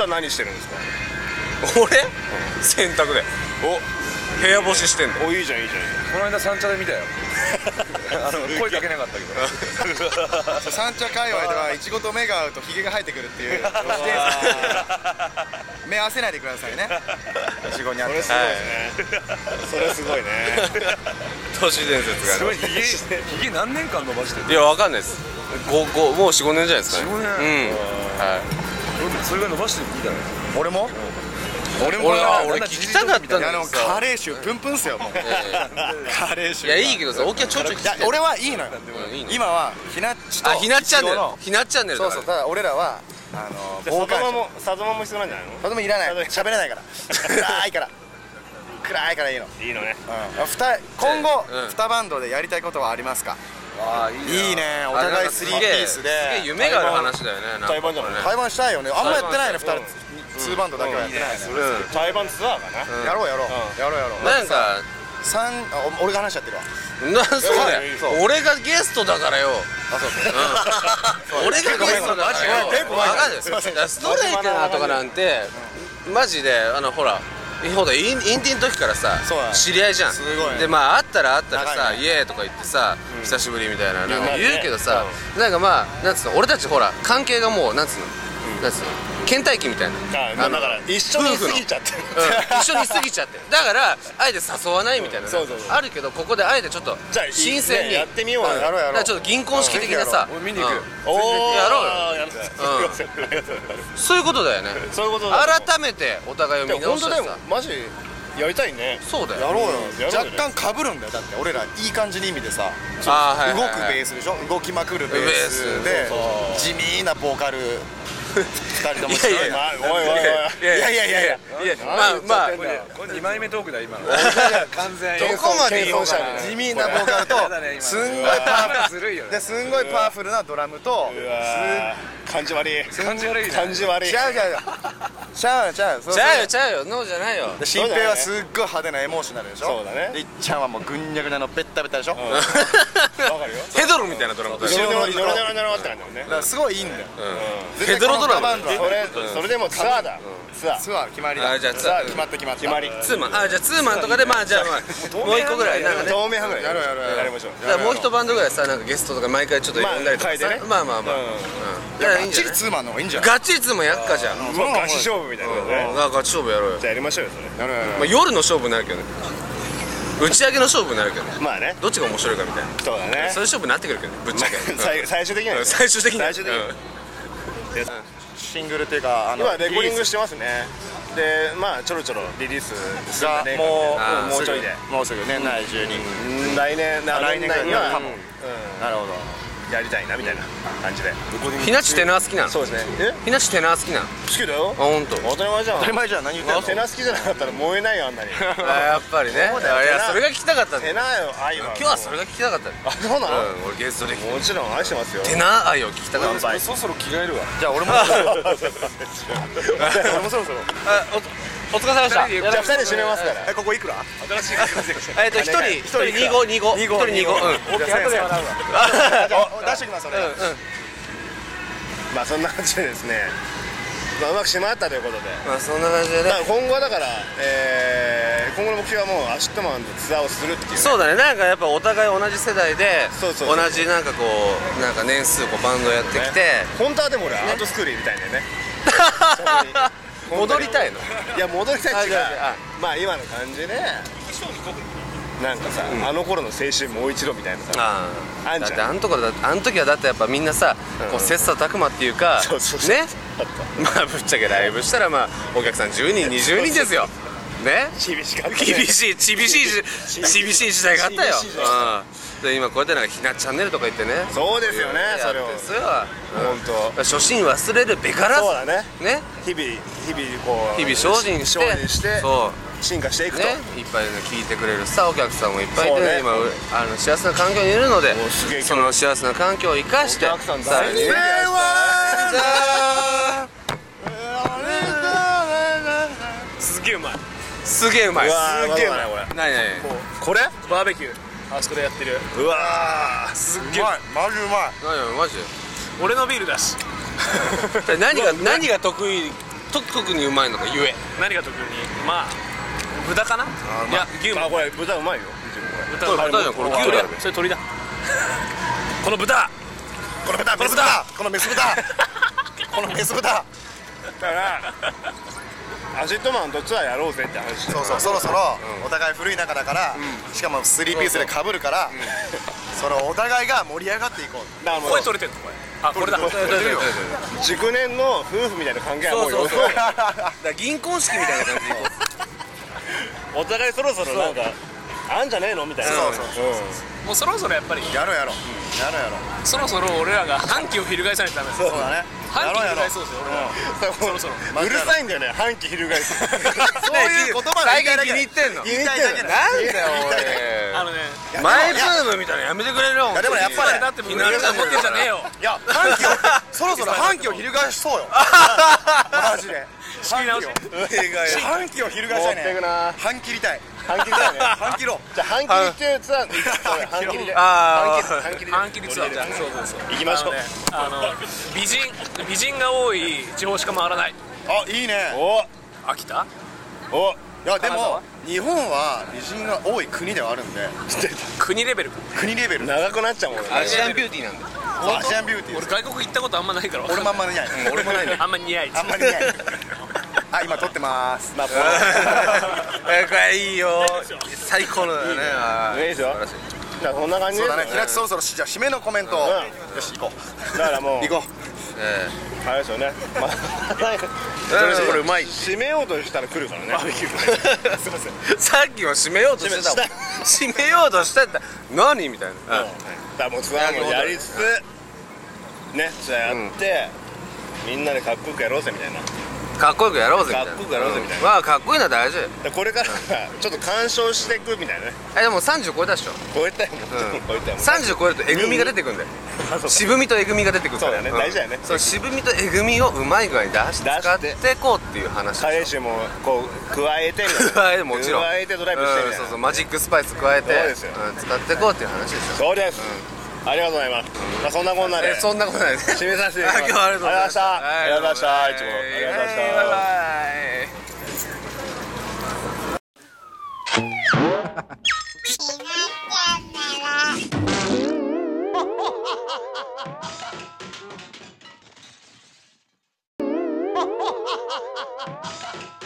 は何してるんですか俺、洗濯だよお部屋干ししてんのおいいじゃんいいじゃんいいじこの間三茶で見 たよあの声かけなかったけど三茶界隈ではいちごと目が合うとひげが生えてくるっ ていう目合わせないでくださいねいちごにあってゃんそれすごいね 都市伝説があするごいひげ ひげ何年間伸ばしてるいやわかんないですごごもう45年じゃないですかね45年うんはいそれが伸ばしてみたのよ俺も俺俺は俺俺聞きたかったんいだやけでどもさカレー臭プンプンっす よもうカレー臭いやいいけどさ大きはちょいちょい聞きいやた俺はいいのようんいいの今はひなっちとあひなっちゃんねいちごのひなっちゃんねそうそうただ俺らはあのじゃあ傍サ観者ドマもサドマも必要なんじゃないのとてもいらないただ喋れないから暗いから暗いからいいの、いいのねうん、ふた今後、うん二バンドでやりたいことはありますかああいいいいねお互いスリーピースでげすえ夢がある話だよねなんか対バンじゃない対バンしたいよねあんまやってないね二対バン人ツーバンドだけはやってないねう台湾ツアーかなやろうやろううやろうやろうんなんか三あお俺が話しちゃってるわなそうだいやいいよよ俺がゲストだからよあそうそう俺がゲストだからよごめんごめんテンポわ悪いかんないすいませんだからストレイかなとかなんてマジであのほらほらインインディの時からさそうだね知り合いじゃんすごいねでまあ会ったら会ったらさ長「いイエーイ!」とか言ってさ「久しぶり」みたいななんまかあね言うけどさなんかまあなんつうの俺たちほら関係がもうなんつうのなんつうの倦怠期みたいなあまああのだから一緒に過ぎちゃってるうん一緒に過ぎちゃってだからあえて誘わないみたいなそうそうそうあるけどここであえてちょっとじゃあいい新鮮にねやってみよううんよやろうやだろからうちょっと銀婚式的なさ俺見に行くようん おおやろうよやうろんすいませんありがとうございますそういうことだよねそういうことだ改めてお互いをで見も直本し当てでもさマジやりたいねそうだやよろうよやろうよ若干かぶるんだよだって俺らいい感じに意味でさあーはい動はいくはいベースでしょ動きまくるベースベーで地味なボーカル二人ともいやいや強いなまあおいおいおいいやいやいやいやいやいやまあまあこれ二枚目トークだよ今の完全どこまで言おうかな地味なボーカ ルとやだね今すんごいパワずるいよフ ねですんごいパワフルなドラムとうわー感じ悪い感じ悪いじゃん感じ悪い 違う違う違うちゃうちゃうそうちゃうよちゃうよノーじゃないよで新平はすっごい派手なエモーショナルでしょそうだねでいっちゃんはもうぐんにゃぐにゃのベッタベタでしょ、だかわかるよヘドロみたいなドラマだよ後後ろろででろもにょろにょろにょろって感じだもんねらすごいいいんだよヘドロドラ絶対このカバマンドそはれそれでもツアーだツアーツアー決まりあだじゃあツツアアーー決まった決まった決まりツーマンあじゃあツーマンとかでまあじゃあまあもう一個ぐらいなんかね透明派ぐらいやろうやろうやろうやりましょうだからもう一晩ぐらいさなんかゲストとか毎回ちょっと呼んだりとかさまあ変えてねまあまあまあうんうんいだからいやがいっんじゃちりないツーマンの方がいいんじゃないガチツーマンやっかじゃんもうガチ勝負みたいなことねなんか勝負やろうよじゃあやりましょうよそれやるやるまあ、夜の勝負になるけどね打ち上げの勝負になるけどねまあねどっちが面白いかみたいなそうだねそういう勝負になってくるけどねぶっちゃけ、うん最最終的にはうんね最終的には最終的にはうんシングルっていうかあの今レコーディングリしてますねでまあちょろちょろリリースリースするんがだねあもーうもうちょいですぐもうすぐね内10人うん来年なあ来年来年にはかもうなるほどんやりたいなみたいな感じでひなっちテナー好きなのそうですねえひなっちテナー好きなのあ好きだよほんと当たり前じゃん当たり前じゃん何言ってんの手な好きじゃなかったら燃えないよあん なにあやっぱりねそうだよあいやテナーそれが聞きたかったんだ手よなよ愛は今日はそれが聞きたかったんだよあそうなの、うん俺ゲストでもちろん愛してますよテナー愛を聞きたか乾った杯そろそろ着替えるわじゃあ俺も俺もそろそろあおお疲れ様でした二人で じゃあ2人で締めますからえここいくら新しい感じでえっと一人一人二五二五一人二五うんじゃあ1000円払うわじゃあ出してきます俺うんうんまあそんな感じでですね、まあ、うまく締まったということで、まあそんな感じでねまあ、今後はだから、えー今後の目標はもうアシットマンでツアーをするっていうね、そうだねなんかやっぱお互い同じ世代でそうそうそう同じなんかこうなんか年数こうバンドやってきて、本当はでも俺アートスクール行きたいんだよね 戻りたいのいや戻りたいっていうあじゃあかまあ今の感じでなんかさ、あの頃の青春もう一度みたいなさあああんだっじてゃあんとこだあん時はだってやっぱみんなさ、こう切磋琢磨っていうかそうそうそうねまあぶっちゃけライブしたらまあお客さん10人20人ですよね厳しかった、ね、厳しい厳しいじ厳しい時代があったよ厳しい時代が、うん、で今こうやってなんかひなチャンネルとか言ってねそうですよねそれやをって本それは当初心忘れるべからずそうだねね日々日々こう日々精進して精進してそう進化していくと、ね、いっぱいね聞いてくれるさお客さんもいっぱいいて、そうね、ね今うあの幸せな環境にいるのでおすげえその幸せな環境を生かしてお客さんさらに全然すげえうまいすげえうまいうわーすげえうままだいまだこれ何何これバーベキューあそこでやってるうわーすうまいマジうまい何何マジで俺のビールだし何が何が得意と特にうまいのがゆえ何が特にまあ豚かな、いや牛あもこれ豚うまいよ豚これ豚あだよこれもう牛だよそれ鳥だこの豚この豚この豚このメス豚 このメス豚 だからアシットマンとツアーやろうぜって話してそうそうそろそろお互い古い仲だから、しかもスリーピースでかぶるから、そのお互いが盛り上がっていこうだからもう声取れてんのこれあこれだ取れてる取れてる熟年の夫婦みたいな関係はもうよそうそうそう銀婚式みたいな 感じでお互いそろそろなんかあんじゃねえのみたいなそうそううんもうそろそろやっぱり やろうやろう、やろうやろうそろそろ俺らが反旗を翻さないとダメですそうだね反旗やろう翻やろうそうですよ俺らそろそろうるさいんだよね反旗翻 すそういう言葉が言いたいだ最近け気に入ってんの言いたいだけだなんだよあのね俺マイブームみたいなのやめてくれるよやでもやっぱりだってもう俺らが持ってんじゃねえよいや反旗をそろそろ反旗を翻しそうよマジで仕切り直し反旗を翻し持たっいてくねな反切りたい反旗だよね反切ろうじゃあ半切りってツアーで半切りであー半切り反旗でツアーじゃんんそうそうそう行きましょうあのねあの美人美人が多い地方しか回らないあいいねお秋田おいやで金沢も日本は美人が多い国ではあるんで国レベルか国レベル長くなっちゃうもんねアジアンビューティー なんだアジアンビューティーで俺す外国行ったことあんまないから俺もあんまり ない俺もないあんま似合いあんまりないあ今撮ってますまあえこれいいよ最高のだよねいいですよ素晴らしいじゃあこんな感じそでうすだね平地そろそろじゃあ締めのコメントをうよし行こだからもうう行こえあれですよねまあえこれうまい締めよ うとしたら来るからねバーベキューすいませんさっきは締めようとしてたもん締めようとしてた何みたいなだからもうツアーもやりつつねツアーやってみんなでかっこよくやろうぜみたいなかっこよくやろうぜみたいなかっこよくやろうぜみたいなんまあかっこいいのは大事でこれからはちょっと干渉していくみたいなねえでも30超えたでしょ超えたいもん 超えたいもん30超えるとえぐみが出てくるんだよあそう渋みとえぐみが出てくるからそうだねん大事だよねそう渋みとえぐみをうまい具合に出して使出っていこうっていう話加齢臭もこう加えてみたいな加えもちろん加えてドライブしてみうんたいそうなそうマジックスパイス加えてそうですよん使っていこうっていう話でしょそうですありがとうございますまあそんなこんなでえそんなことないね 締めさせていたあだきます 今日はあありりががとうとうごござざいいままししたたはいバイバイ「